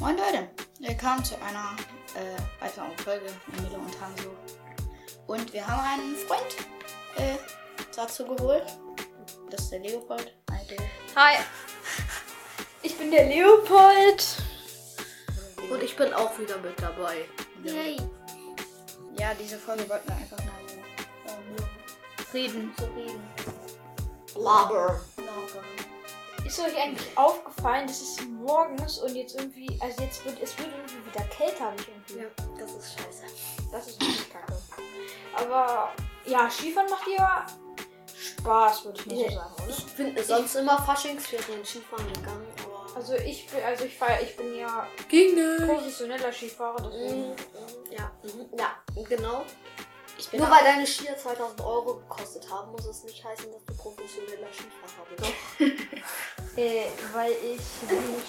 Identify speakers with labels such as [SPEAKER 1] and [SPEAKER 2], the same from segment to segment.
[SPEAKER 1] Moin Leute, willkommen zu einer äh, weiteren Folge mit Milo und Hanso. Und wir haben einen Freund äh, dazu geholt. Das ist der Leopold. Also,
[SPEAKER 2] Hi. Ich bin der Leopold.
[SPEAKER 3] Und ich bin auch wieder mit dabei.
[SPEAKER 2] Yay.
[SPEAKER 1] ja, diese Folge wollten wir einfach mal so, ähm,
[SPEAKER 2] Reden.
[SPEAKER 1] so reden.
[SPEAKER 3] Blabber.
[SPEAKER 2] Ist euch eigentlich aufgefallen, dass es morgens und jetzt irgendwie, also jetzt wird es wird irgendwie wieder kälter, habe ich irgendwie.
[SPEAKER 3] Ja, das ist scheiße.
[SPEAKER 2] Das ist wirklich kacke. Aber ja, Skifahren macht ja Spaß, würde ich mal so
[SPEAKER 3] Ja.
[SPEAKER 2] sagen, oder?
[SPEAKER 3] Ich bin sonst immer Faschingsferien Skifahren gegangen, aber.
[SPEAKER 2] Also ich bin, also ich feier, ich bin ja
[SPEAKER 3] Ging nicht.
[SPEAKER 2] professioneller Skifahrer, deswegen.
[SPEAKER 3] ähm, Ja, mhm, ja, genau.
[SPEAKER 1] Ich bin
[SPEAKER 3] Nur
[SPEAKER 1] auch,
[SPEAKER 3] weil deine Skier 2000 Euro gekostet haben, muss es nicht heißen, dass du professioneller Skifahrer bist.
[SPEAKER 2] Äh, weil ich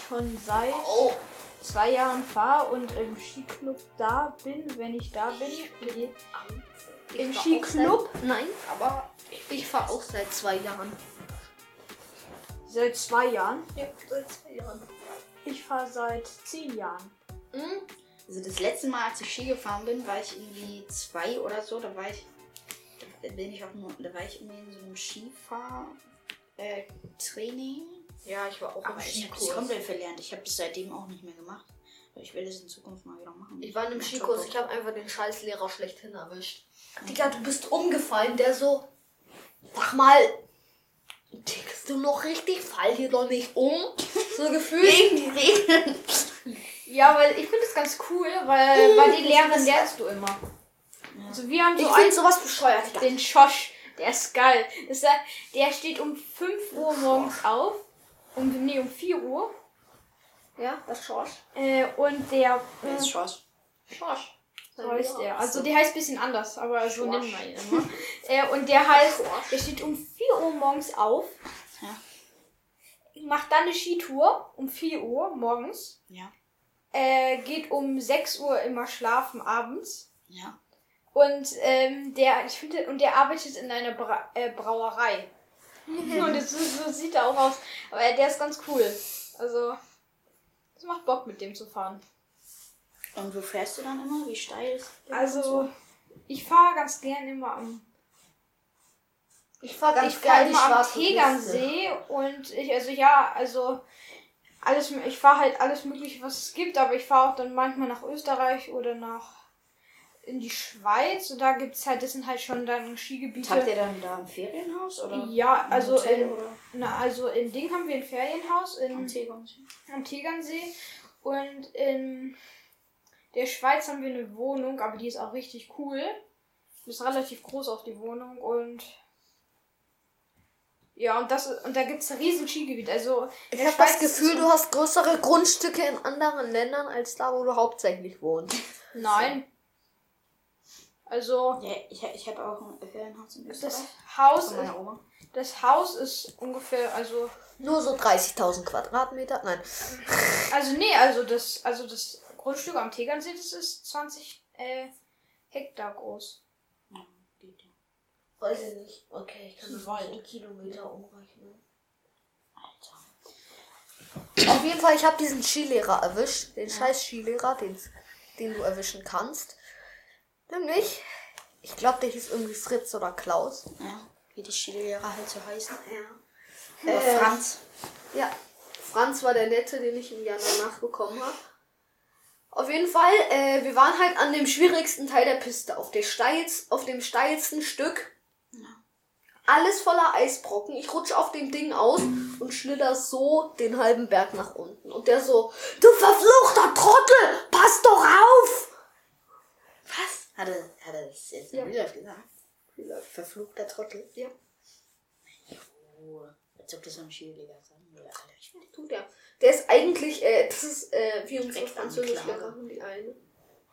[SPEAKER 2] schon seit
[SPEAKER 3] Oh,
[SPEAKER 2] zwei Jahren fahre und im Skiclub da bin, wenn ich da bin. Im
[SPEAKER 3] fahr auch
[SPEAKER 2] Skiclub?
[SPEAKER 3] seit- Nein,
[SPEAKER 1] aber
[SPEAKER 3] ich fahre auch seit zwei Jahren.
[SPEAKER 2] Seit zwei Jahren.
[SPEAKER 3] Ja, seit zwei Jahren.
[SPEAKER 2] Ich fahre seit zehn Jahren.
[SPEAKER 3] Mhm.
[SPEAKER 1] also das letzte Mal, als ich Ski gefahren bin, war ich irgendwie zwei oder so. Da war ich, da bin ich auch nur, da war ich irgendwie in so einem äh, Skifahr-Training.
[SPEAKER 3] Ja, ich war auch
[SPEAKER 1] Aber
[SPEAKER 3] im
[SPEAKER 1] ich habe
[SPEAKER 3] Skikurs.
[SPEAKER 1] das komplett verlernt. Ich habe das seitdem auch nicht mehr gemacht. Aber ich will das in Zukunft mal wieder machen.
[SPEAKER 3] Ich war in einem
[SPEAKER 1] Macht
[SPEAKER 3] Skikurs,
[SPEAKER 1] Bock.
[SPEAKER 3] ich habe einfach den Scheißlehrer schlechthin erwischt. Digga, du bist umgefallen, der so. Sag mal, tickst du noch richtig? Fall hier doch nicht um. So gefühlt.
[SPEAKER 1] Gegen die Regeln.
[SPEAKER 2] Ja, weil ich finde das ganz cool, weil bei den Lehrern lernst du immer. Also wir haben so
[SPEAKER 3] Ich
[SPEAKER 2] einen,
[SPEAKER 3] find sowas bescheuert, Digga.
[SPEAKER 2] den Schosch, der ist geil. Das ist, der- der steht um 5 Uhr morgens auf. Um, nee, um 4 Uhr.
[SPEAKER 3] Ja, das Schorsch.
[SPEAKER 2] Äh, und der,
[SPEAKER 1] Das ist Spaß.
[SPEAKER 3] Schorsch.
[SPEAKER 2] so heißt der. Also der heißt ein bisschen anders, aber so
[SPEAKER 3] Schorsch.
[SPEAKER 2] nennen wir ihn immer. äh, und der heißt,
[SPEAKER 3] Schorsch.
[SPEAKER 2] der steht um 4 Uhr morgens auf.
[SPEAKER 1] Ja.
[SPEAKER 2] Macht dann eine Skitour um 4 Uhr morgens.
[SPEAKER 1] Ja.
[SPEAKER 2] äh, geht um 6 Uhr immer schlafen abends.
[SPEAKER 1] Ja.
[SPEAKER 2] Und ähm, der, ich finde, und der arbeitet in einer Bra äh, Brauerei. und das, so, so sieht er auch aus. Aber äh, der ist ganz cool. Also, es macht Bock mit dem zu fahren.
[SPEAKER 1] Und wo fährst du dann immer? Wie steil ist der und
[SPEAKER 2] Also, ich fahre ganz gern immer am.
[SPEAKER 3] Ich fahr ganz
[SPEAKER 2] ich fahre
[SPEAKER 3] gerne die
[SPEAKER 2] immer am
[SPEAKER 3] schwarze Piste.
[SPEAKER 2] Tegernsee und ich, also ja, also alles, ich fahre halt alles mögliche, was es gibt, aber ich fahre auch dann manchmal nach Österreich oder nach in die Schweiz und da gibt's halt, das sind halt schon dann
[SPEAKER 1] so? Habt
[SPEAKER 2] Skigebiete.
[SPEAKER 1] ihr dann da ein Ferienhaus? Oder
[SPEAKER 2] Ja,
[SPEAKER 1] ein
[SPEAKER 2] also
[SPEAKER 1] Hotel
[SPEAKER 2] in,
[SPEAKER 1] oder
[SPEAKER 2] na, also in Ding haben wir ein Ferienhaus
[SPEAKER 1] am
[SPEAKER 2] in,
[SPEAKER 1] Tegernsee?
[SPEAKER 2] am Tegernsee und in der Schweiz haben wir eine Wohnung, aber die ist auch richtig cool. Ist relativ groß auch die Wohnung und ja, und das und da gibt es ein riesen Skigebiet. Also in
[SPEAKER 3] Ich
[SPEAKER 2] der
[SPEAKER 3] habe das
[SPEAKER 2] Schweiz ist
[SPEAKER 3] Gefühl,
[SPEAKER 2] es-
[SPEAKER 3] du hast größere Grundstücke in anderen Ländern als da, wo du hauptsächlich wohnst.
[SPEAKER 2] Nein. Also
[SPEAKER 1] Ja, ich, ich habe auch ein Ferienhaus in
[SPEAKER 2] das
[SPEAKER 1] Österreich.
[SPEAKER 2] Haus
[SPEAKER 1] Von
[SPEAKER 2] ist,
[SPEAKER 1] meiner Oma.
[SPEAKER 2] das Haus ist ungefähr, also
[SPEAKER 3] Nur so 30.000 Quadratmeter. Nein.
[SPEAKER 2] Also nee, also das, also das Grundstück am Tegernsee, das ist 20 äh, Hektar groß.
[SPEAKER 1] Ja, geht ja.
[SPEAKER 3] Weiß ich nicht. Okay, ich kann
[SPEAKER 2] Ein
[SPEAKER 3] das
[SPEAKER 2] Wald.
[SPEAKER 3] nicht in Kilometer umrechnen.
[SPEAKER 1] Alter.
[SPEAKER 3] Auf jeden Fall, ich habe diesen Skilehrer erwischt. Den scheiß Skilehrer, den, den du erwischen kannst. Nämlich, ich glaube, der hieß irgendwie Fritz oder Klaus.
[SPEAKER 1] Ja, wie die Skilehrer halt so heißen.
[SPEAKER 3] Ja.
[SPEAKER 1] Oder
[SPEAKER 3] Äh,
[SPEAKER 1] Franz.
[SPEAKER 3] Ja. Franz war der Nette, den ich im Jahr danach bekommen habe. Auf jeden Fall, äh, wir waren halt an dem schwierigsten Teil der Piste, auf, der steilst, auf dem steilsten Stück. Alles voller Eisbrocken. Ich rutsche auf dem Ding aus und schlitter so den halben Berg nach unten. Und der so, du verfluchter Trottel, pass doch auf!
[SPEAKER 1] Was? Hat er, hat er das jetzt
[SPEAKER 3] Ja.
[SPEAKER 1] in Real Life gesagt? Real Life, Verfluchter Trottel.
[SPEAKER 3] Ja,
[SPEAKER 1] Oh, als ob das so ein Skilehrer sagen würde. Alter, ich
[SPEAKER 3] tut er. Der ist eigentlich, äh, das ist äh, wie unsere
[SPEAKER 1] Direkt
[SPEAKER 3] Französischlehrerin, die eine.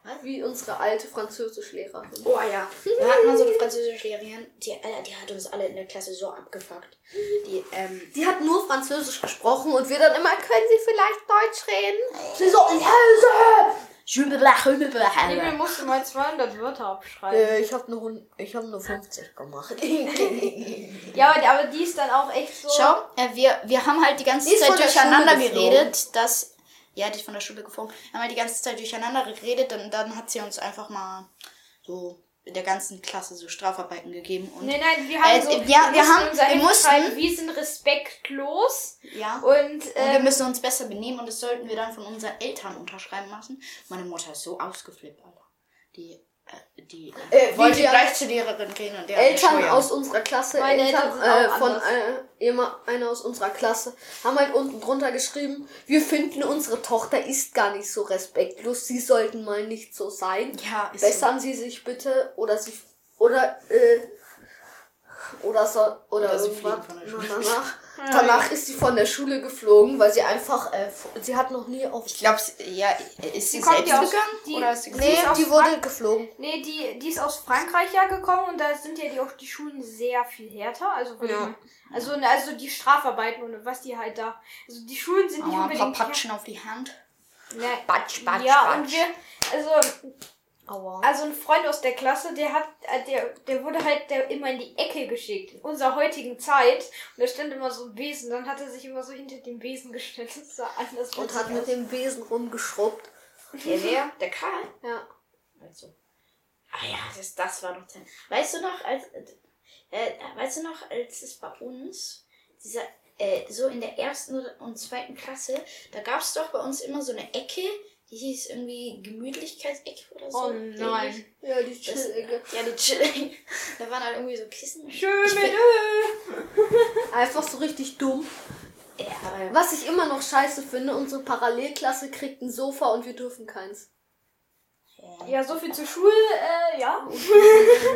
[SPEAKER 1] Was?
[SPEAKER 3] Wie unsere alte Französischlehrerin.
[SPEAKER 1] Oh ja, wir hatten mal so eine französische Lehrerin, die, Alter, die hat uns alle in der Klasse so abgefuckt. Die, ähm,
[SPEAKER 3] Die hat nur Französisch gesprochen und wir dann immer, können Sie vielleicht Deutsch reden? Sie so, in Hälse!
[SPEAKER 1] je me la remue
[SPEAKER 2] Nee, wir mussten mal 200 Wörter abschreiben.
[SPEAKER 3] Äh, ich habe nur, hund- ich hab nur 50 gemacht.
[SPEAKER 2] Ja, aber, aber die ist dann auch echt so.
[SPEAKER 1] Schau, äh, wir, wir haben halt die ganze
[SPEAKER 3] Die ist
[SPEAKER 1] Zeit
[SPEAKER 3] von der
[SPEAKER 1] durcheinander
[SPEAKER 3] Schule geflogen.
[SPEAKER 1] geredet, dass Ja, die ist von der Schule geflogen. Haben wir die ganze Zeit durcheinander geredet und dann hat sie uns einfach mal so der ganzen Klasse so Strafarbeiten gegeben und
[SPEAKER 2] Nein, nein, wir haben
[SPEAKER 1] Äh,
[SPEAKER 2] so,
[SPEAKER 1] ja, wir
[SPEAKER 2] mussten
[SPEAKER 1] haben-
[SPEAKER 2] unser
[SPEAKER 1] wir
[SPEAKER 2] Heft
[SPEAKER 1] mussten-
[SPEAKER 2] schreiben, wir sind respektlos
[SPEAKER 1] ja.
[SPEAKER 2] und,
[SPEAKER 1] Und wir
[SPEAKER 2] ähm,
[SPEAKER 1] müssen uns besser benehmen und das sollten wir dann von unseren Eltern unterschreiben lassen. Meine Mutter ist so ausgeflippt, Alter. Die, äh, die
[SPEAKER 3] Äh,
[SPEAKER 1] äh,
[SPEAKER 3] wie
[SPEAKER 1] wollte
[SPEAKER 3] die
[SPEAKER 1] gleich zur Lehrerin gehen und der
[SPEAKER 3] Eltern
[SPEAKER 1] der
[SPEAKER 3] aus unserer Klasse,
[SPEAKER 2] Meine Eltern
[SPEAKER 3] Eltern
[SPEAKER 2] sind
[SPEAKER 3] äh,
[SPEAKER 2] auch
[SPEAKER 3] von
[SPEAKER 2] anders.
[SPEAKER 3] äh, immer einer aus unserer Klasse, haben halt unten drunter geschrieben, wir finden unsere Tochter ist gar nicht so respektlos, sie sollten mal nicht so sein.
[SPEAKER 1] Ja, ist so.
[SPEAKER 3] Bessern Sie sich bitte oder sie oder äh, oder so oder,
[SPEAKER 1] Oder sie
[SPEAKER 3] irgendwas
[SPEAKER 1] fliegen von der
[SPEAKER 3] Na, danach. Danach ist sie von der Schule geflogen, weil sie einfach äh, sie hat noch nie auf
[SPEAKER 1] Ich glaube, ja, ist sie
[SPEAKER 2] kommt
[SPEAKER 1] selbst
[SPEAKER 2] ja aus-
[SPEAKER 1] gegangen?
[SPEAKER 2] die-
[SPEAKER 1] oder ist sie
[SPEAKER 2] Nee,
[SPEAKER 1] geflogen?
[SPEAKER 2] aus
[SPEAKER 3] die
[SPEAKER 2] Frank-
[SPEAKER 3] wurde geflogen.
[SPEAKER 2] nee, die, die ist aus Frankreich ja gekommen und da sind ja die auch die Schulen sehr viel härter, also, von
[SPEAKER 3] Ja.
[SPEAKER 2] dem- also, also die Strafarbeiten und was die halt da, also die Schulen sind nicht
[SPEAKER 1] Aua, ein Ah, paar
[SPEAKER 2] unbedingt
[SPEAKER 1] Patschen auf die Hand.
[SPEAKER 2] Ja,
[SPEAKER 1] Batsch, batsch,
[SPEAKER 2] Ne. ja
[SPEAKER 1] batsch.
[SPEAKER 2] und wir, also,
[SPEAKER 3] Aua.
[SPEAKER 2] also ein Freund aus der Klasse, der hat, äh, der, der wurde halt der immer in die Ecke geschickt, in unserer heutigen Zeit. Und da stand immer so ein Besen, dann hat er sich immer so hinter dem Besen gestellt. Das sah anders
[SPEAKER 3] Und
[SPEAKER 2] witzig
[SPEAKER 3] hat mit
[SPEAKER 2] aus.
[SPEAKER 3] dem Besen rumgeschrubbt.
[SPEAKER 1] Der wer? Der Karl?
[SPEAKER 3] Ja.
[SPEAKER 1] Also. Ah ja, das, das war noch der. Weißt du noch, als äh, äh, weißt du noch, als es bei uns, dieser, äh, so in der ersten und zweiten Klasse, da gab es doch bei uns immer so eine Ecke, die hieß irgendwie Gemütlichkeitsecke oder so.
[SPEAKER 2] Oh nein.
[SPEAKER 3] Ja, die
[SPEAKER 1] Das,
[SPEAKER 3] Chillige.
[SPEAKER 1] ja, die Chilling. Da waren halt irgendwie so Kissen.
[SPEAKER 2] Schön
[SPEAKER 1] Ich
[SPEAKER 2] mit
[SPEAKER 1] bin-
[SPEAKER 2] Öl.
[SPEAKER 3] Einfach so richtig dumm.
[SPEAKER 1] Ja, aber
[SPEAKER 3] Was ich immer noch scheiße finde, unsere Parallelklasse kriegt ein Sofa und wir dürfen keins.
[SPEAKER 2] Ja, so viel zur Schule, äh, ja.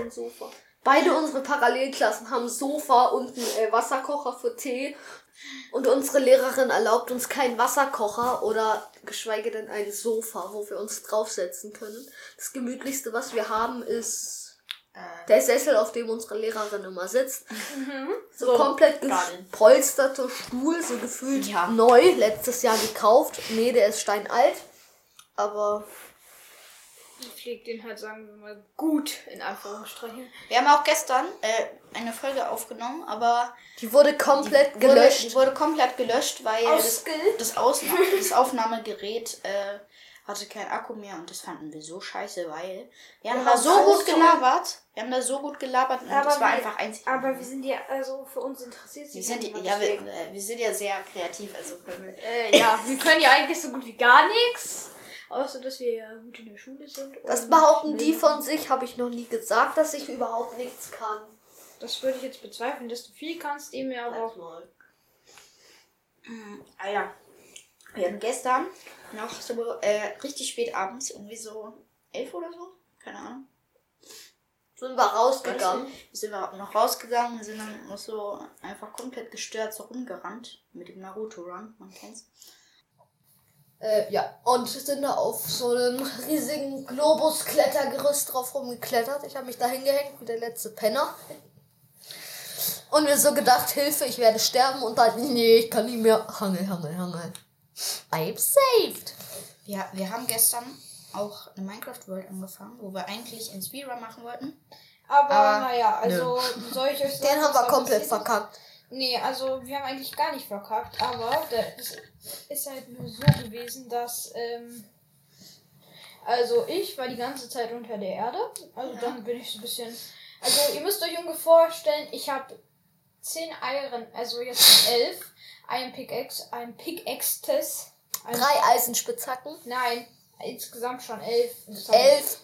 [SPEAKER 3] Ein Sofa. Beide unsere Parallelklassen haben ein Sofa und einen äh, Wasserkocher für Tee. Und unsere Lehrerin erlaubt uns keinen Wasserkocher oder geschweige denn ein Sofa, wo wir uns draufsetzen können. Das gemütlichste, was wir haben, ist
[SPEAKER 1] Ähm.
[SPEAKER 3] der Sessel, auf dem unsere Lehrerin immer sitzt.
[SPEAKER 1] Mhm.
[SPEAKER 3] So, komplett
[SPEAKER 1] Garden.
[SPEAKER 3] gepolsterter Stuhl, so gefühlt
[SPEAKER 1] Ja.
[SPEAKER 3] neu, letztes Jahr gekauft. Nee, der ist steinalt. Aber
[SPEAKER 2] Ich pflege den halt, sagen wir mal, gut, in Anführungsstrichen.
[SPEAKER 1] Wir haben auch gestern äh, eine Folge aufgenommen, aber
[SPEAKER 3] die wurde komplett
[SPEAKER 1] die wurde,
[SPEAKER 3] gelöscht.
[SPEAKER 1] die wurde komplett gelöscht, weil das,
[SPEAKER 2] Ausge-
[SPEAKER 1] das, Ausna das Aufnahmegerät äh, hatte keinen Akku mehr und das fanden wir so scheiße, weil wir haben
[SPEAKER 2] Wir
[SPEAKER 1] da
[SPEAKER 2] haben
[SPEAKER 1] so
[SPEAKER 2] alles
[SPEAKER 1] gut
[SPEAKER 2] so-
[SPEAKER 1] gelabert, wir haben da so gut gelabert und das
[SPEAKER 2] Aber
[SPEAKER 1] war
[SPEAKER 2] wir-
[SPEAKER 1] einfach einzig.
[SPEAKER 2] Aber wir sind ja, also für uns interessiert
[SPEAKER 1] wir
[SPEAKER 2] sich
[SPEAKER 1] sind,
[SPEAKER 2] niemand,
[SPEAKER 1] ja, wir,
[SPEAKER 2] deswegen.
[SPEAKER 1] äh, wir sind ja sehr kreativ, also können wir-
[SPEAKER 2] Äh, ja, wir können ja eigentlich so gut wie gar nichts. Außer, dass wir ja gut in der Schule sind.
[SPEAKER 3] Das
[SPEAKER 2] und-
[SPEAKER 3] behaupten die von sich, habe ich noch nie gesagt, dass ich überhaupt nichts kann.
[SPEAKER 2] Das würde ich jetzt bezweifeln, dass du viel kannst, eh mehr, aber.
[SPEAKER 1] Ah ja. Wir hatten gestern noch so äh, richtig spät abends, irgendwie so elf oder so, keine Ahnung.
[SPEAKER 3] Sind wir rausgegangen.
[SPEAKER 1] Wir sind wir noch rausgegangen, sind dann noch so einfach komplett gestört so rumgerannt mit dem Naruto Run, man kennt's.
[SPEAKER 3] Äh, ja, und sind da auf so einem riesigen Globus-Klettergerüst drauf rumgeklettert. Ich habe mich da hingehängt wie der letzte Penner. Und mir so gedacht, Hilfe, ich werde sterben. Und dann, nee, ich kann nicht mehr. Hangel, hangel, hangel. I'm saved.
[SPEAKER 1] Ja, wir haben gestern auch eine Minecraft World angefangen, wo wir eigentlich ein Speedrun machen wollten.
[SPEAKER 2] Aber,
[SPEAKER 1] Aber,
[SPEAKER 2] naja, also soll ich euch sagen.
[SPEAKER 3] Den haben wir
[SPEAKER 2] was da
[SPEAKER 3] komplett
[SPEAKER 2] passiert ist?
[SPEAKER 3] verkackt.
[SPEAKER 2] Nee, also wir haben eigentlich gar nicht verkackt, aber das ist halt nur so gewesen, dass. Ähm, also ich war die ganze Zeit unter der Erde. Also dann bin ich so ein bisschen. Also ihr müsst euch ungefähr vorstellen, ich habe 10 Iron, also jetzt 11, ein Pickaxe, ein Pickaxe-Test. ein-
[SPEAKER 3] Drei Eisenspitzhacken.
[SPEAKER 2] Nein, insgesamt schon 11.
[SPEAKER 3] Elf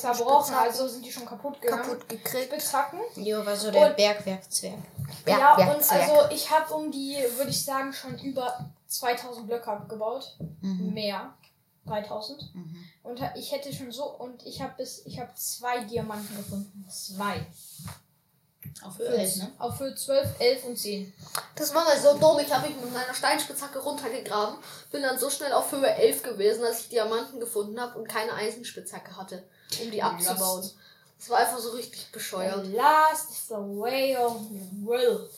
[SPEAKER 2] zerbrochen,
[SPEAKER 3] Eisenspitzhacken.
[SPEAKER 2] also sind die schon kaputt gegangen.
[SPEAKER 3] Kaputt gekriegt.
[SPEAKER 2] Bezacken.
[SPEAKER 1] Jo, war so
[SPEAKER 2] der Und-
[SPEAKER 1] Bergwerkzwerg.
[SPEAKER 2] Ja,
[SPEAKER 3] Berg-
[SPEAKER 2] und
[SPEAKER 3] Werkzwerg.
[SPEAKER 2] also ich habe um die, würde ich sagen, schon über 2000 Blöcke abgebaut.
[SPEAKER 1] Mhm,
[SPEAKER 2] Mehr. 3000. Und ha- ich hätte schon so, und ich habe bis, ich habe zwei Diamanten gefunden. Zwei.
[SPEAKER 1] Auf Öl, ne?
[SPEAKER 2] Auf Höhe 12, 11 und 10.
[SPEAKER 3] Das war mal so dumm. Ich habe mich mit meiner Steinspitzhacke runtergegraben, bin dann so schnell auf Höhe 11 gewesen, dass ich Diamanten gefunden habe und keine Eisenspitzhacke hatte, um die abzubauen. Das war einfach so richtig bescheuert.
[SPEAKER 2] And last is the way of the world.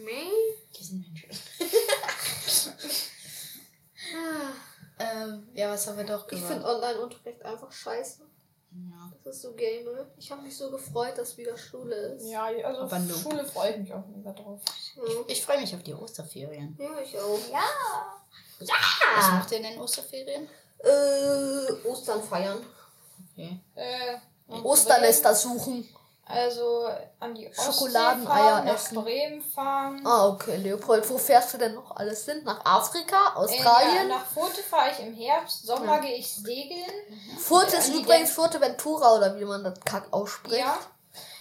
[SPEAKER 1] Nee, die sind Menschen. ähm, ja, was haben wir doch
[SPEAKER 3] Ich Ah,
[SPEAKER 1] gemacht? Ähm,
[SPEAKER 3] finde Online-Unterricht einfach scheiße.
[SPEAKER 4] Ja.
[SPEAKER 3] Das ist so game. Ich habe mich so gefreut, dass wieder Schule ist.
[SPEAKER 2] Ja, also
[SPEAKER 4] Aber no.
[SPEAKER 2] Schule freue ich mich auch mega drauf.
[SPEAKER 3] Ja,
[SPEAKER 4] Ich freue mich auf die Osterferien.
[SPEAKER 3] ja ich auch.
[SPEAKER 1] Ah.
[SPEAKER 4] Was macht ihr in den Osterferien?
[SPEAKER 3] Äh, Ostern feiern.
[SPEAKER 4] Okay.
[SPEAKER 2] Äh, nach
[SPEAKER 3] Osterläster suchen.
[SPEAKER 2] Bremen, Also an die Ostsee
[SPEAKER 3] Schokoladeneier
[SPEAKER 2] fahren, nach
[SPEAKER 3] essen.
[SPEAKER 2] Bremen fahren.
[SPEAKER 3] Ah, okay, Leopold. Wo fährst du denn noch alles hin? Nach Afrika?
[SPEAKER 2] Äh,
[SPEAKER 3] Australien?
[SPEAKER 2] Ja, nach Fote fahre ich im Herbst, Sommer gehe ich segeln.
[SPEAKER 3] Furte ist
[SPEAKER 2] an die
[SPEAKER 3] übrigens Furteventura oder wie man das Kack ausspricht.
[SPEAKER 2] Ja.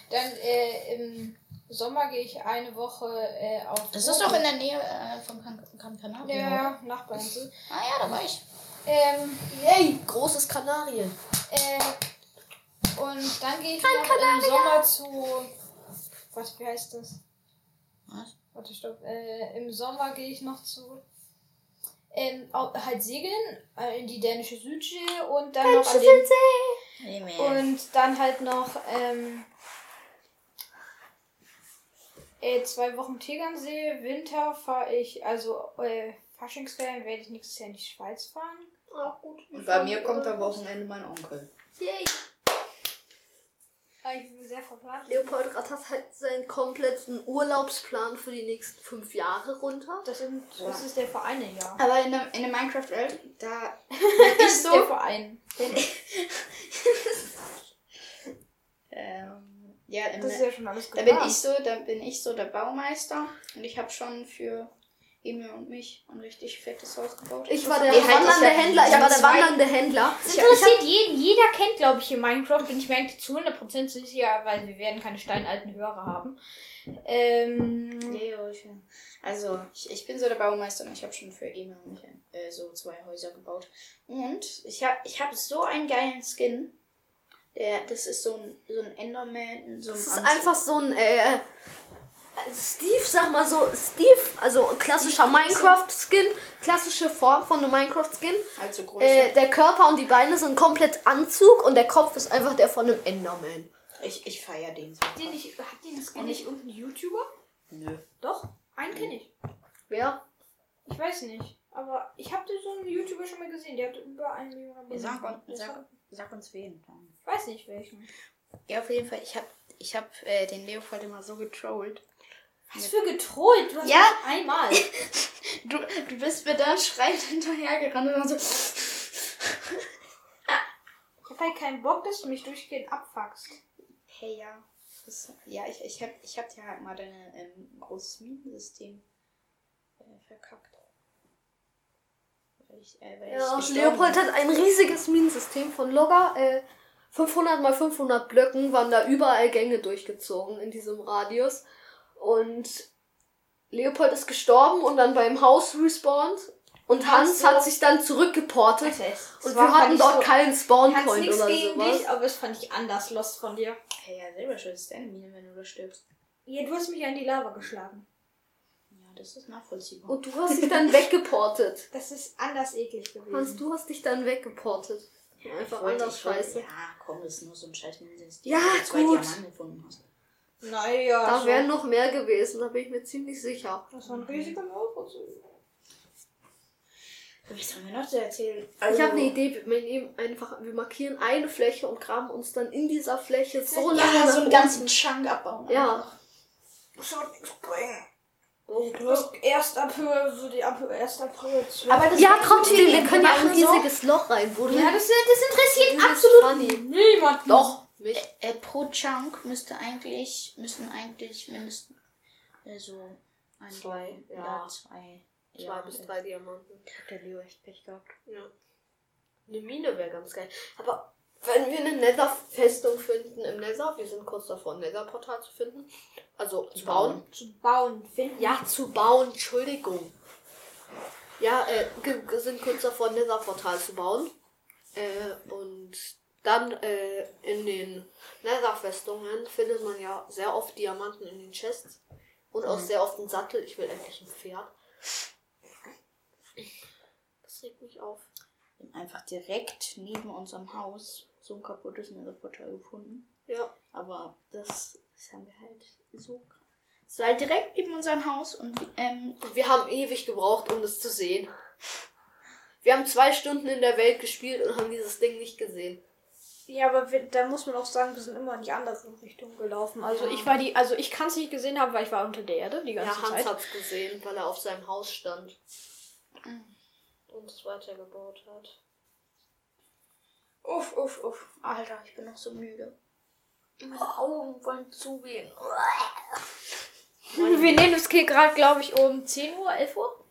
[SPEAKER 2] Dann äh, im Sommer gehe ich eine Woche äh, auf.
[SPEAKER 4] Das ist
[SPEAKER 2] Roten-
[SPEAKER 4] doch in der Nähe äh, vom Gran Gran Canaria.
[SPEAKER 2] Ja, ja, Nachbarinsel.
[SPEAKER 4] Ah ja, da war ich.
[SPEAKER 2] Ähm,
[SPEAKER 3] Yay, großes Kanarien.
[SPEAKER 2] äh, und dann gehe ich noch im Sommer zu. Was, wie heißt das?
[SPEAKER 4] Was?
[SPEAKER 2] Warte, stopp. Äh, Im Sommer gehe ich noch zu. Ähm, au- halt segeln äh, in die dänische Südsee und dann noch an den Und dann halt noch ähm, äh, zwei Wochen Tegernsee. Winter fahre ich, also äh, Faschingsferien werde ich nächstes Jahr in die Schweiz fahren.
[SPEAKER 3] Ach, Ah, gut.
[SPEAKER 1] Und bei mir kommt am Wochenende mein Onkel.
[SPEAKER 3] Yay.
[SPEAKER 2] Aber Ah, ich bin sehr verplant.
[SPEAKER 3] Leopold rattert halt seinen kompletten Urlaubsplan für die nächsten fünf Jahre runter.
[SPEAKER 2] Das, sind, das ist der Vereine, ja.
[SPEAKER 1] Aber in der, in der Minecraft-Welt, da
[SPEAKER 2] Das ist der Verein.
[SPEAKER 1] bin ich. ähm, ja, in
[SPEAKER 2] Das ist ja schon alles
[SPEAKER 1] Da
[SPEAKER 2] gemacht.
[SPEAKER 1] bin ich so, da bin ich so der Baumeister und ich habe schon für Emil und mich ein richtig fettes Haus gebaut.
[SPEAKER 3] Ich war der
[SPEAKER 1] Nee, halt,
[SPEAKER 3] wandernde
[SPEAKER 1] ich hab-
[SPEAKER 3] Händler. Ich,
[SPEAKER 1] ich hab
[SPEAKER 3] war der
[SPEAKER 1] zwei-
[SPEAKER 3] wandernde Händler.
[SPEAKER 2] Das interessiert jeden. Jeder kennt, glaube ich, hier Minecraft. Bin ich mir eigentlich zu 100% sicher, weil wir werden keine steinalten Hörer haben. Ähm,
[SPEAKER 1] Nee, oh, ich- Also, ich, ich bin so der Baumeister und ich habe schon für Emil und mich äh, so zwei Häuser gebaut. Und ich habe ich hab so einen geilen Skin. Der, das ist so ein, so ein Enderman in so einem
[SPEAKER 3] Das ist
[SPEAKER 1] Anzug.
[SPEAKER 3] einfach so ein äh, Steve, sag mal so, Steve, also ein klassischer Minecraft-Skin, klassische Form von einem Minecraft-Skin.
[SPEAKER 1] Also groß.
[SPEAKER 3] Äh, der Körper und die Beine sind komplett Anzug und der Kopf ist einfach der von einem Enderman.
[SPEAKER 1] ich ich feiere den so.
[SPEAKER 2] hat die nicht, hat die nicht, nicht irgendein YouTuber?
[SPEAKER 1] Nö.
[SPEAKER 2] Doch, einen kenne ich.
[SPEAKER 3] Wer?
[SPEAKER 2] Ich weiß nicht. Aber ich habe so einen YouTuber schon mal gesehen. Der hat über eine Million Abonnenten.
[SPEAKER 1] Sag, uns-
[SPEAKER 2] Das
[SPEAKER 1] sag,
[SPEAKER 2] war-
[SPEAKER 1] sag uns wen dann.
[SPEAKER 2] Ich weiß nicht welchen.
[SPEAKER 1] Ja, auf jeden Fall. Ich habe ich hab, äh, den Leopold immer so getrollt.
[SPEAKER 2] Was für getrollt. Du hast
[SPEAKER 1] Ja.
[SPEAKER 2] mich einmal.
[SPEAKER 1] Du, du bist mir da schreiend hinterhergerannt und dann so.
[SPEAKER 2] Ich hab halt keinen Bock, dass du mich durchgehend abfuckst.
[SPEAKER 1] Hey, ja. Das, ja, ich, ich, hab, ich hab dir halt mal dein ähm, großes Minensystem äh, verkackt. Weil ich, äh, weil
[SPEAKER 3] Ja,
[SPEAKER 1] ich gestorben
[SPEAKER 3] Leopold
[SPEAKER 1] bin.
[SPEAKER 3] hat ein riesiges Minensystem von Logger. Äh, 500 mal 500 Blöcken waren da überall Gänge durchgezogen in diesem Radius. Und Leopold ist gestorben und dann beim Haus respawnt. Und Hans hat sich dann zurückgeportet.
[SPEAKER 2] halt
[SPEAKER 3] Und wir hatten dort keinen
[SPEAKER 2] Kannst
[SPEAKER 3] Spawnpoint
[SPEAKER 2] nichts
[SPEAKER 3] oder
[SPEAKER 2] gegen
[SPEAKER 3] sowas.
[SPEAKER 2] dich, aber das fand ich anders lost von dir.
[SPEAKER 1] Hey, ja, selber schuld ist deine Mine, wenn du da stirbst.
[SPEAKER 2] Ja, du hast mich ja in die Lava geschlagen.
[SPEAKER 1] Ja, das ist nachvollziehbar.
[SPEAKER 3] Und du hast dich dann weggeportet.
[SPEAKER 2] Das ist anders eklig gewesen.
[SPEAKER 3] Hans, du hast dich dann weggeportet. Einfach anders scheiße.
[SPEAKER 1] Ja, komm, das ist nur so ein scheiß Minensystem.
[SPEAKER 3] Ja,
[SPEAKER 1] wo du zwei
[SPEAKER 3] gut.
[SPEAKER 1] Diamanten gefunden hast.
[SPEAKER 2] Naja,
[SPEAKER 3] Da
[SPEAKER 2] so.
[SPEAKER 3] wären noch mehr gewesen, da bin ich mir ziemlich sicher.
[SPEAKER 2] das war ein riesiger also. Lauf.
[SPEAKER 1] Was haben wir noch zu erzählen? Also,
[SPEAKER 3] Ich habe eine Idee, wir- wir nehmen einfach, wir markieren eine Fläche und graben uns dann in dieser Fläche so lange
[SPEAKER 1] ja,
[SPEAKER 3] nach
[SPEAKER 1] so einen
[SPEAKER 3] oben.
[SPEAKER 1] ganzen Chunk abbauen.
[SPEAKER 3] Ja.
[SPEAKER 2] Schaut halt nichts bringen. Oh, Du hast erst ab Höhe, so die ab erst ab Höhe
[SPEAKER 1] Aber das
[SPEAKER 3] Ja, trotzdem, wir können ja ein
[SPEAKER 1] machen so-
[SPEAKER 3] riesiges Loch reinbuddeln.
[SPEAKER 2] Ja, das, das interessiert
[SPEAKER 3] Übelst
[SPEAKER 2] absolut
[SPEAKER 3] funny.
[SPEAKER 2] niemanden.
[SPEAKER 3] Doch, mich.
[SPEAKER 1] Äh, pro Chunk müsste eigentlich, müssten eigentlich mindestens äh, so ein,
[SPEAKER 3] Zwei,
[SPEAKER 1] ja,
[SPEAKER 3] ja.
[SPEAKER 1] zwei.
[SPEAKER 3] Zwei
[SPEAKER 1] ja,
[SPEAKER 3] bis
[SPEAKER 1] äh,
[SPEAKER 3] drei Diamanten.
[SPEAKER 1] Hat der Leo echt Pech gehabt.
[SPEAKER 3] Ja. Eine Mine wäre ganz geil. Aber wenn wir eine Nether-Festung finden im Nether, wir sind kurz davor, ein Nether-Portal zu finden, also zu bauen.
[SPEAKER 2] Zu bauen, finden.
[SPEAKER 3] Ja, zu bauen, Entschuldigung. Ja, äh, ge- ge- sind kurz davor, ein Nether-Portal zu bauen. Äh, und dann äh, in den Nether-Festungen findet man ja sehr oft Diamanten in den Chests. Und auch sehr oft einen Sattel. Ich will endlich ein Pferd. Das regt mich auf.
[SPEAKER 1] Wir haben einfach direkt neben unserem Haus so ein kaputtes Netherportal gefunden.
[SPEAKER 3] Ja.
[SPEAKER 1] Aber das, das haben wir halt so. Es war halt direkt neben unserem Haus und ähm,
[SPEAKER 3] Und wir haben ewig gebraucht, um das zu sehen. Wir haben zwei Stunden in der Welt gespielt und haben dieses Ding nicht gesehen.
[SPEAKER 2] Ja, aber wir, da muss man auch sagen, wir sind immer in die andere Richtung gelaufen. Also ich war die, also ich kann es nicht gesehen haben, weil ich war unter der Erde die ganze
[SPEAKER 3] Ja, Hans
[SPEAKER 2] Zeit.
[SPEAKER 3] hat's gesehen, weil er auf seinem Haus stand. Und es weitergebaut hat.
[SPEAKER 5] Uff, uff, uff. Alter, ich bin noch so müde. Meine Augen wollen zugehen.
[SPEAKER 2] Wir nehmen das Kill gerade, glaube ich, um 10 Uhr, 11 Uhr.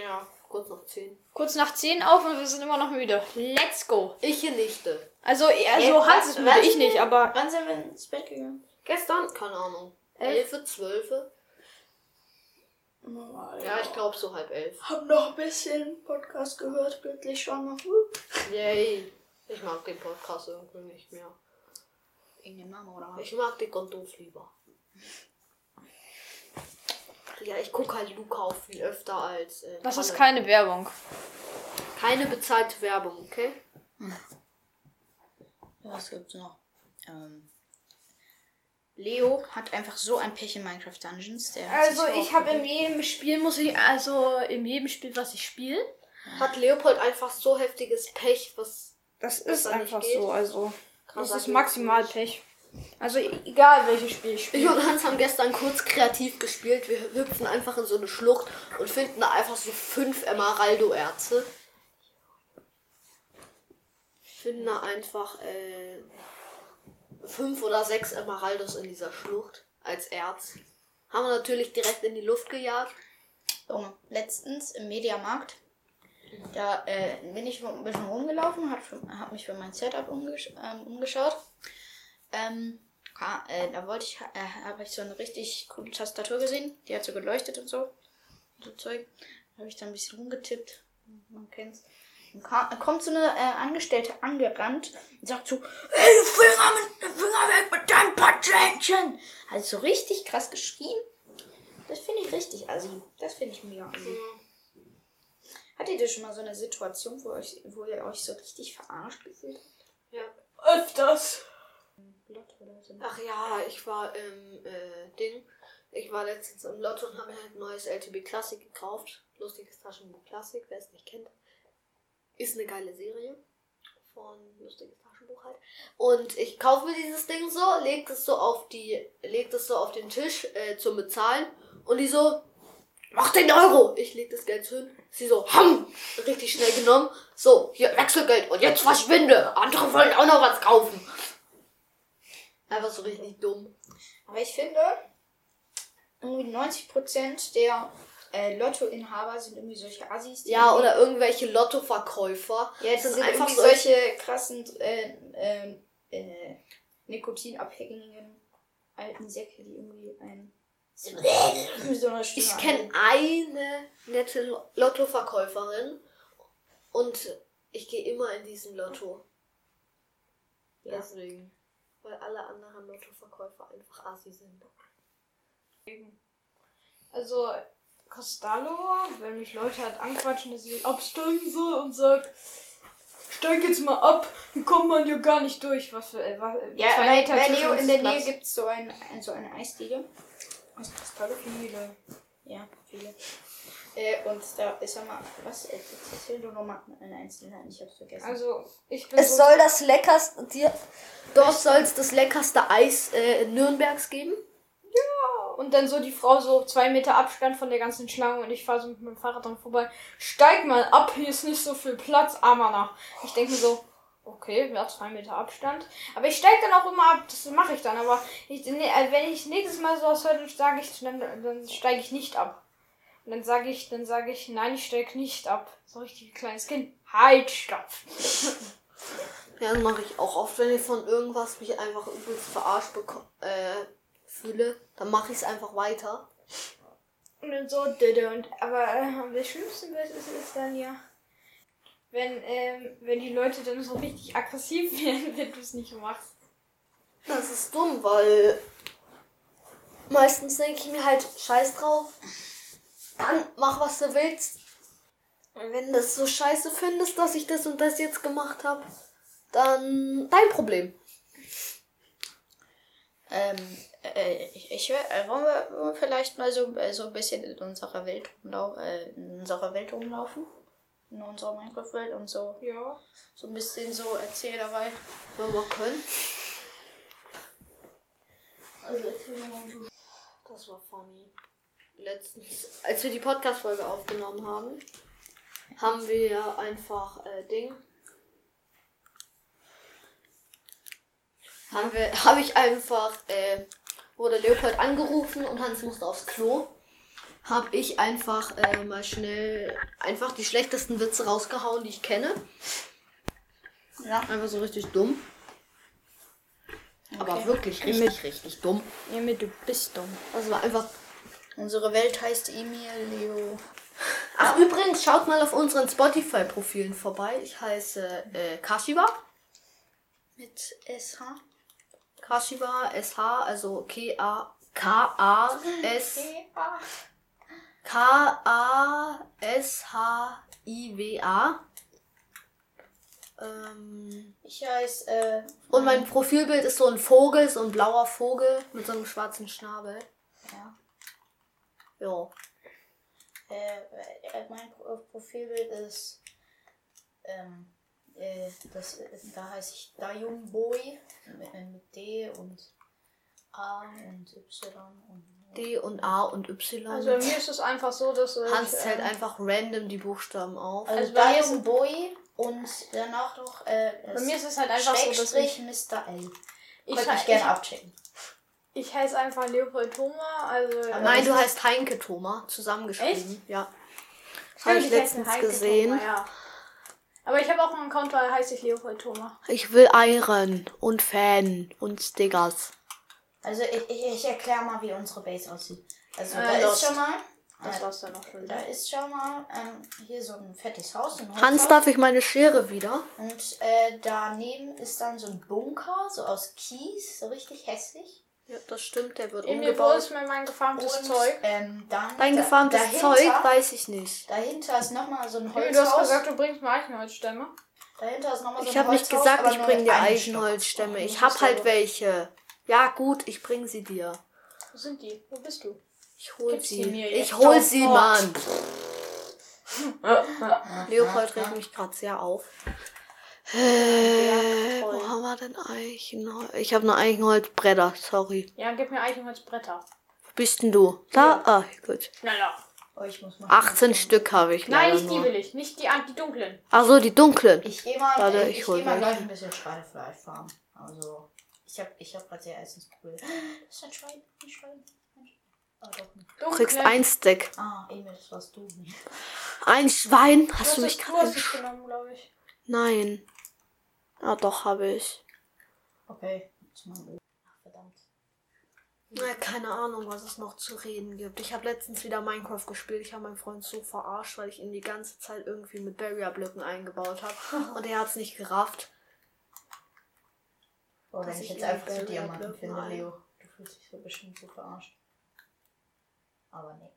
[SPEAKER 3] Ja, kurz nach 10.
[SPEAKER 2] Kurz nach 10 auf und wir sind immer noch müde. Let's go.
[SPEAKER 3] Ich hier nichte.
[SPEAKER 2] Also, also
[SPEAKER 5] Ja,
[SPEAKER 2] Hans
[SPEAKER 5] was-
[SPEAKER 2] ist müde,
[SPEAKER 5] was
[SPEAKER 2] ich nicht, aber
[SPEAKER 5] Wann sind wir ins Bett gegangen?
[SPEAKER 3] Gestern? Keine Ahnung.
[SPEAKER 2] Elf?
[SPEAKER 3] Elfe, zwölfe? Ja, ich glaube so halb elf.
[SPEAKER 5] Hab noch ein bisschen Podcast gehört, plötzlich schwanger. Uh.
[SPEAKER 3] Yay. Ich mag den Podcast irgendwie nicht mehr.
[SPEAKER 1] Wegen der Mama oder was?
[SPEAKER 3] Ich mag die Gondos lieber. Ja, ich gucke halt Luca auch viel öfter als. Äh,
[SPEAKER 2] das ist
[SPEAKER 3] Kalle.
[SPEAKER 2] keine Werbung.
[SPEAKER 3] keine bezahlte Werbung, okay?
[SPEAKER 1] Was gibt's noch? Ähm, Leo hat einfach so ein Pech in Minecraft Dungeons. Der hat
[SPEAKER 2] Also
[SPEAKER 1] sich
[SPEAKER 2] ich
[SPEAKER 1] auch-
[SPEAKER 2] habe in jedem Spiel muss ich also in jedem Spiel, was ich spiele.
[SPEAKER 3] Hat Leopold einfach so heftiges Pech, was.
[SPEAKER 2] Das
[SPEAKER 3] ist einfach so,
[SPEAKER 2] also
[SPEAKER 3] Krasser Glück.
[SPEAKER 2] Pech. Also e- egal welches Spiel ich
[SPEAKER 3] Ich
[SPEAKER 2] spiele.
[SPEAKER 3] und Hans haben gestern kurz kreativ gespielt. Wir hüpfen einfach in so eine Schlucht und finden da einfach so fünf Emeraldo-Erze. Finden da einfach äh, fünf oder sechs Emeraldos in dieser Schlucht als Erz. Haben wir natürlich direkt in die Luft gejagt.
[SPEAKER 1] Junge, Oh, letztens im Mediamarkt, da äh, bin ich ein bisschen rumgelaufen, habe hab mich für mein Setup umgesch ähm, umgeschaut. Ähm, ka- äh, da wollte ich, äh, habe ich so eine richtig coole Tastatur gesehen, die hat so geleuchtet und so. So Zeug. Habe ich da ein bisschen rumgetippt. Man kennt's. Dann ka- kommt so eine äh, Angestellte angerannt und sagt so, hey, du Finger, mit, Finger weg mit deinem Patientchen! Hat so richtig krass geschrien. Das finde ich richtig assi. Das finde ich mega assi. Hattet ihr schon mal so eine Situation, wo, euch, wo ihr euch so richtig verarscht gefühlt habt?
[SPEAKER 2] Öfters.
[SPEAKER 1] Blatt oder so?
[SPEAKER 3] Ach ja, ich war im äh, Ding. Ich war letztens im Lotto und habe mir halt ein neues LTB Classic gekauft. Lustiges Taschenbuch Classic, wer es nicht kennt. Ist eine geile Serie von lustiges Taschenbuch halt. Und ich kaufe mir dieses Ding so, legt es so auf die, legt es so auf den Tisch äh, zum Bezahlen und die so, mach den Euro! Ich leg das Geld so hin. Sie so, ham! Richtig schnell genommen. So, hier Wechselgeld und jetzt verschwinde. Andere wollen auch noch was kaufen. Einfach so richtig dumm.
[SPEAKER 1] Aber ich finde, irgendwie 90% der äh, Lottoinhaber sind irgendwie solche Assis. die
[SPEAKER 3] Ja,
[SPEAKER 1] irgendwie-
[SPEAKER 3] oder irgendwelche Lottoverkäufer.
[SPEAKER 1] Ja, das
[SPEAKER 3] sind
[SPEAKER 1] sind
[SPEAKER 3] einfach
[SPEAKER 1] einfach solche krassen äh, ähm, äh, nikotinabhängigen alten Säcke, die irgendwie ein. mit so einer Stimme
[SPEAKER 3] Ich kenne eine nette Lo- Lottoverkäuferin und ich gehe immer in diesen Lotto.
[SPEAKER 1] Ja.
[SPEAKER 3] Deswegen. Weil alle anderen Lottoverkäufer einfach Asi sind.
[SPEAKER 2] Also Cristallo, wenn mich Leute halt anquatschen, dass ich absteigen soll und sag, steig jetzt mal ab, dann kommt man ja gar nicht durch. Was für äh, was,
[SPEAKER 1] Ja,
[SPEAKER 2] zwei
[SPEAKER 1] bei,
[SPEAKER 2] Meter
[SPEAKER 1] bei
[SPEAKER 2] zwischen
[SPEAKER 1] Leo
[SPEAKER 2] uns
[SPEAKER 1] in der
[SPEAKER 2] ist
[SPEAKER 1] Nähe
[SPEAKER 2] Platz.
[SPEAKER 1] gibt es so, ein, ein, so eine Eisdiele. Aus Kristalle viele. Ja, viele. Äh, und da ist ja mal. Was? äh, Jetzt erzähl du nochmal eine einzelne. Nein, ich hab's vergessen.
[SPEAKER 2] Also ich bin so
[SPEAKER 3] Es soll das leckerste. Dir, dort soll es das leckerste Eis äh, in Nürnbergs geben.
[SPEAKER 2] Und dann so die Frau so zwei Meter Abstand von der ganzen Schlange und ich fahre so mit meinem Fahrrad dran vorbei. Steig mal ab, hier ist nicht so viel Platz, Amana. Ich denke so, okay, ja, zwei Meter Abstand. Aber ich steig dann auch immer ab, das mache ich dann. Aber ich, nee, äh, wenn ich nächstes Mal sowas höre, dann sage ich, dann, dann steige ich nicht ab. Und dann sage ich, dann sage ich, nein, ich steig nicht ab. So richtig wie ein kleines Kind. Halt, stopp.
[SPEAKER 3] Ja, das mache ich auch oft, wenn ich von irgendwas mich einfach übelst verarscht beko- äh, fühle, dann mache ich es einfach weiter.
[SPEAKER 2] Und dann so, dödö. Und, aber äh, am schlimmsten wird ist, ist dann ja, wenn, ähm, wenn die Leute dann so richtig aggressiv werden, wenn du es nicht machst.
[SPEAKER 3] Das ist dumm, weil meistens denke ich mir halt, scheiß drauf, dann mach was du willst. Und wenn du das so scheiße findest, dass ich das und das jetzt gemacht habe, dann dein Problem.
[SPEAKER 1] Ähm, äh, ich, ich wär- äh, wollen, wir, wollen wir vielleicht mal so, äh, so ein bisschen in unserer Welt rumlaufen, äh, in unserer Welt rumlaufen? in unserer Minecraft-Welt und so,
[SPEAKER 2] Ja.
[SPEAKER 1] so ein bisschen so erzähl dabei.
[SPEAKER 3] Wollen wir können?
[SPEAKER 1] Also erzähl mal.
[SPEAKER 3] Das war funny. Letztens, als wir die Podcast-Folge aufgenommen haben, haben wir einfach äh, Ding. Haben wir, habe ich einfach, äh, wurde Leopold angerufen und Hans musste aufs Klo. Habe ich einfach äh, mal schnell einfach die schlechtesten Witze rausgehauen, die ich kenne.
[SPEAKER 1] Ja.
[SPEAKER 3] Einfach so richtig dumm. Aber wirklich richtig, richtig dumm.
[SPEAKER 1] Emil, du bist dumm.
[SPEAKER 3] Also war einfach
[SPEAKER 1] Unsere Welt heißt Emilio. Ah.
[SPEAKER 3] Ach, übrigens, schaut mal auf unseren Spotify-Profilen vorbei. Ich heiße äh, Kashiwa.
[SPEAKER 1] Mit SH.
[SPEAKER 3] Kashiwa, SH, also K-A. K-A-S. K-A-S-H-I-W-A. Ähm,
[SPEAKER 1] Ich heiße, äh,
[SPEAKER 3] und mein Profilbild ist so ein Vogel, so ein blauer Vogel mit so einem schwarzen Schnabel.
[SPEAKER 1] Ja.
[SPEAKER 3] Ja.
[SPEAKER 1] äh, äh, mein Pro- Profilbild ist, ähm, äh, das, äh, da heiße ich Dayum Boy mit, äh, mit D und A und Y und
[SPEAKER 3] D und A und Y.
[SPEAKER 2] Also bei mir ist es einfach so, dass ich,
[SPEAKER 3] Hans zählt
[SPEAKER 2] ähm,
[SPEAKER 3] einfach random die Buchstaben auf.
[SPEAKER 1] also
[SPEAKER 2] bei mir ist-
[SPEAKER 1] Dayum Boy und danach noch äh,
[SPEAKER 2] bei mir ist es halt einfach so, dass ich,
[SPEAKER 1] Schrägstrich Mr. L.
[SPEAKER 2] ich, halt-
[SPEAKER 1] Könnt mich
[SPEAKER 2] ich,
[SPEAKER 1] gerne abchecken.
[SPEAKER 2] ich heiße einfach Leopold Thoma, also äh,
[SPEAKER 3] Ah, Nein, du heißt Heinke Thoma, zusammengeschrieben. Ja.
[SPEAKER 2] stimmt,
[SPEAKER 3] Habe ich
[SPEAKER 2] heiße
[SPEAKER 3] letztens
[SPEAKER 2] Heike
[SPEAKER 3] gesehen.
[SPEAKER 2] Thoma, ja. Aber ich habe auch einen Account, da heiße ich Leopold Thoma.
[SPEAKER 3] Ich will Iron und Fan und Stickers.
[SPEAKER 1] Also ich, ich, ich erkläre mal, wie unsere Base aussieht. Also
[SPEAKER 2] Äh,
[SPEAKER 1] da ist
[SPEAKER 2] Lost.
[SPEAKER 1] schon mal,
[SPEAKER 2] Das
[SPEAKER 1] äh,
[SPEAKER 2] war's dann auch schon.
[SPEAKER 1] da ist schon mal ähm, hier so ein fettes Haus. Ein
[SPEAKER 3] Hans,
[SPEAKER 1] Holzhaus.
[SPEAKER 3] darf ich meine Schere wieder?
[SPEAKER 1] Und äh, daneben ist dann so ein Bunker, so aus Kies, so richtig hässlich.
[SPEAKER 3] Ja, das stimmt, der wird
[SPEAKER 2] Emil, wo ist mir mein gefarmtes
[SPEAKER 1] Und,
[SPEAKER 2] Zeug?
[SPEAKER 1] Ähm, dann
[SPEAKER 3] Dein
[SPEAKER 1] da-
[SPEAKER 3] gefarmtes
[SPEAKER 1] dahinter-
[SPEAKER 3] Zeug weiß ich nicht.
[SPEAKER 1] Dahinter ist nochmal so ein
[SPEAKER 2] Emil, du hast
[SPEAKER 1] Holzhaus.
[SPEAKER 2] gesagt, du bringst mir Eichenholzstämme.
[SPEAKER 1] dahinter ist nochmal so ein
[SPEAKER 3] Ich habe nicht
[SPEAKER 1] Holzhaus,
[SPEAKER 3] gesagt,
[SPEAKER 1] aber
[SPEAKER 3] ich
[SPEAKER 1] nur
[SPEAKER 3] bringe
[SPEAKER 1] mit
[SPEAKER 3] dir
[SPEAKER 1] einem
[SPEAKER 3] Eichenholzstämme.
[SPEAKER 1] Stock.
[SPEAKER 3] Ich habe halt welche. Ja, gut, ich bringe sie dir.
[SPEAKER 2] Wo sind die? Wo bist du?
[SPEAKER 3] Ich hol
[SPEAKER 2] Gib sie
[SPEAKER 3] sie.
[SPEAKER 2] mir jetzt
[SPEAKER 3] Ich hol sie,
[SPEAKER 2] sofort.
[SPEAKER 3] Mann. Äh, Leopold regt mich gerade sehr auf. Äh, wo haben wir denn Eichenholz? Ich habe nur Eichenholzbretter, sorry.
[SPEAKER 2] Ja, gib mir Eichenholzbretter.
[SPEAKER 3] Wo bist denn du? Da? Ah, gut.
[SPEAKER 2] Schneller.
[SPEAKER 1] Oh, ich muss mal.
[SPEAKER 3] 18 Stück habe ich.
[SPEAKER 2] Nein,
[SPEAKER 3] leider
[SPEAKER 2] nicht die
[SPEAKER 3] nur.
[SPEAKER 2] will ich. Nicht die, die dunklen.
[SPEAKER 3] Achso, die dunklen.
[SPEAKER 1] Ich gehe mal,
[SPEAKER 3] Warte,
[SPEAKER 1] äh,
[SPEAKER 3] ich
[SPEAKER 1] ich
[SPEAKER 3] hol
[SPEAKER 1] geh mal
[SPEAKER 3] welche.
[SPEAKER 1] gleich ein bisschen Schweinefleisch farmen. Also, ich habe ich hab gerade sehr Essensprobleme. Das ist ein Schwein, ein Schwein. ein Schwein. Ah, doch nicht.
[SPEAKER 3] Du
[SPEAKER 2] Dunklen.
[SPEAKER 3] kriegst ein Stack.
[SPEAKER 1] Ah, Emil, das warst du.
[SPEAKER 3] Ein Schwein?
[SPEAKER 2] Du
[SPEAKER 3] Hast du mich
[SPEAKER 2] es-
[SPEAKER 3] gerade
[SPEAKER 2] hast es
[SPEAKER 3] gesch-
[SPEAKER 2] genommen, glaube ich.
[SPEAKER 3] Nein. Ah, doch, habe ich.
[SPEAKER 1] Okay, zu meinem Ohr. Ach, verdammt.
[SPEAKER 3] Na, keine Ahnung, was es noch zu reden gibt. Ich habe letztens wieder Minecraft gespielt. Ich habe meinen Freund so verarscht, weil ich ihn die ganze Zeit irgendwie mit Barrierblöcken eingebaut habe. Und er hat es nicht gerafft.
[SPEAKER 1] Boah,
[SPEAKER 3] Dass
[SPEAKER 1] wenn ich
[SPEAKER 3] ich
[SPEAKER 1] jetzt
[SPEAKER 3] ihn
[SPEAKER 1] einfach
[SPEAKER 3] nicht
[SPEAKER 1] zu
[SPEAKER 3] mehr
[SPEAKER 1] Diamanten
[SPEAKER 3] weglaufen
[SPEAKER 1] finde,
[SPEAKER 3] habe.
[SPEAKER 1] Leo. Du fühlst dich so bestimmt so verarscht. Aber nee.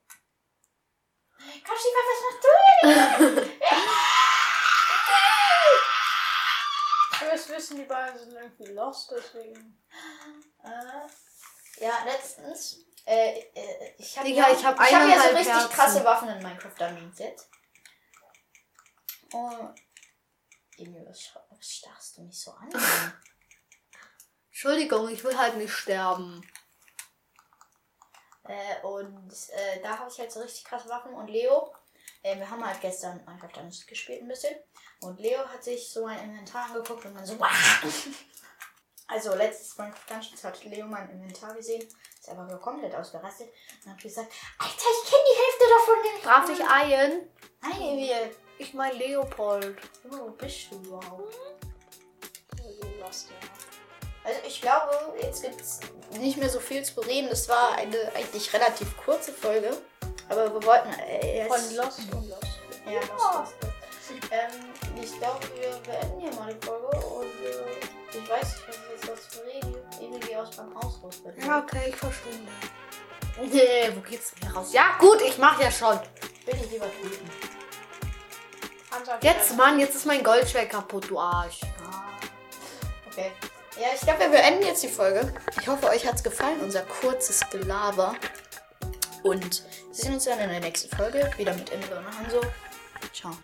[SPEAKER 1] Komm, Schiefer, was machst du denn?
[SPEAKER 2] Wir müssen wissen, die beiden sind irgendwie lost, deswegen.
[SPEAKER 1] Äh, ja, letztens. Äh, äh, ich habe
[SPEAKER 3] Digga,
[SPEAKER 1] ja,
[SPEAKER 3] ich hab
[SPEAKER 1] ich hab ja so
[SPEAKER 3] eineinhalb
[SPEAKER 1] richtig
[SPEAKER 3] Herzen.
[SPEAKER 1] krasse Waffen in Minecraft Dungeons jetzt. Oh. Emil, was, scha- was starrst du mich so an?
[SPEAKER 3] Entschuldigung, ich will halt nicht sterben.
[SPEAKER 1] Äh, und äh, da habe ich halt so richtig krasse Waffen. Und Leo, äh, wir haben halt gestern Minecraft Dungeons gespielt ein bisschen. Und Leo hat sich so mein Inventar angeguckt und dann so, wow. Also letztes Minecraft Dungeons hat Leo mein Inventar gesehen. Ist einfach so komplett ausgerastet. Und hat gesagt, Alter, ich kenne die Hälfte davon gar nicht.
[SPEAKER 3] Darf ich Eien?
[SPEAKER 1] Nein, Emil.
[SPEAKER 3] Ich mein Leopold.
[SPEAKER 1] Junge, wo bist du überhaupt?
[SPEAKER 2] Also lost, ja.
[SPEAKER 1] Also ich glaube, jetzt gibt es nicht mehr so viel zu reden. Das war eine eigentlich relativ kurze Folge. Aber wir wollten... Äh, jetzt-
[SPEAKER 2] Von lost und lost.
[SPEAKER 1] Ja, das passt. Ähm, ich glaube, wir beenden hier mal die Folge und äh, ich weiß nicht, was ich jetzt dazu reden. Emil, geh aus beim Haus raus. bitte.
[SPEAKER 3] okay, ich verschwinde. Nee, wo geht's denn hier raus? Ja, gut, ich mach ja schon.
[SPEAKER 1] Bin ich lieber drüben.
[SPEAKER 2] Hans hat
[SPEAKER 3] Jetzt, Mann, jetzt ist mein Goldschwein kaputt, du Arsch.
[SPEAKER 1] Ah. Okay. Ja, ich glaube, wir beenden jetzt die Folge. Ich hoffe, euch hat's gefallen, unser kurzes Gelaber. Und wir sehen uns dann in der nächsten Folge wieder mit Emil und Hanso. Ciao.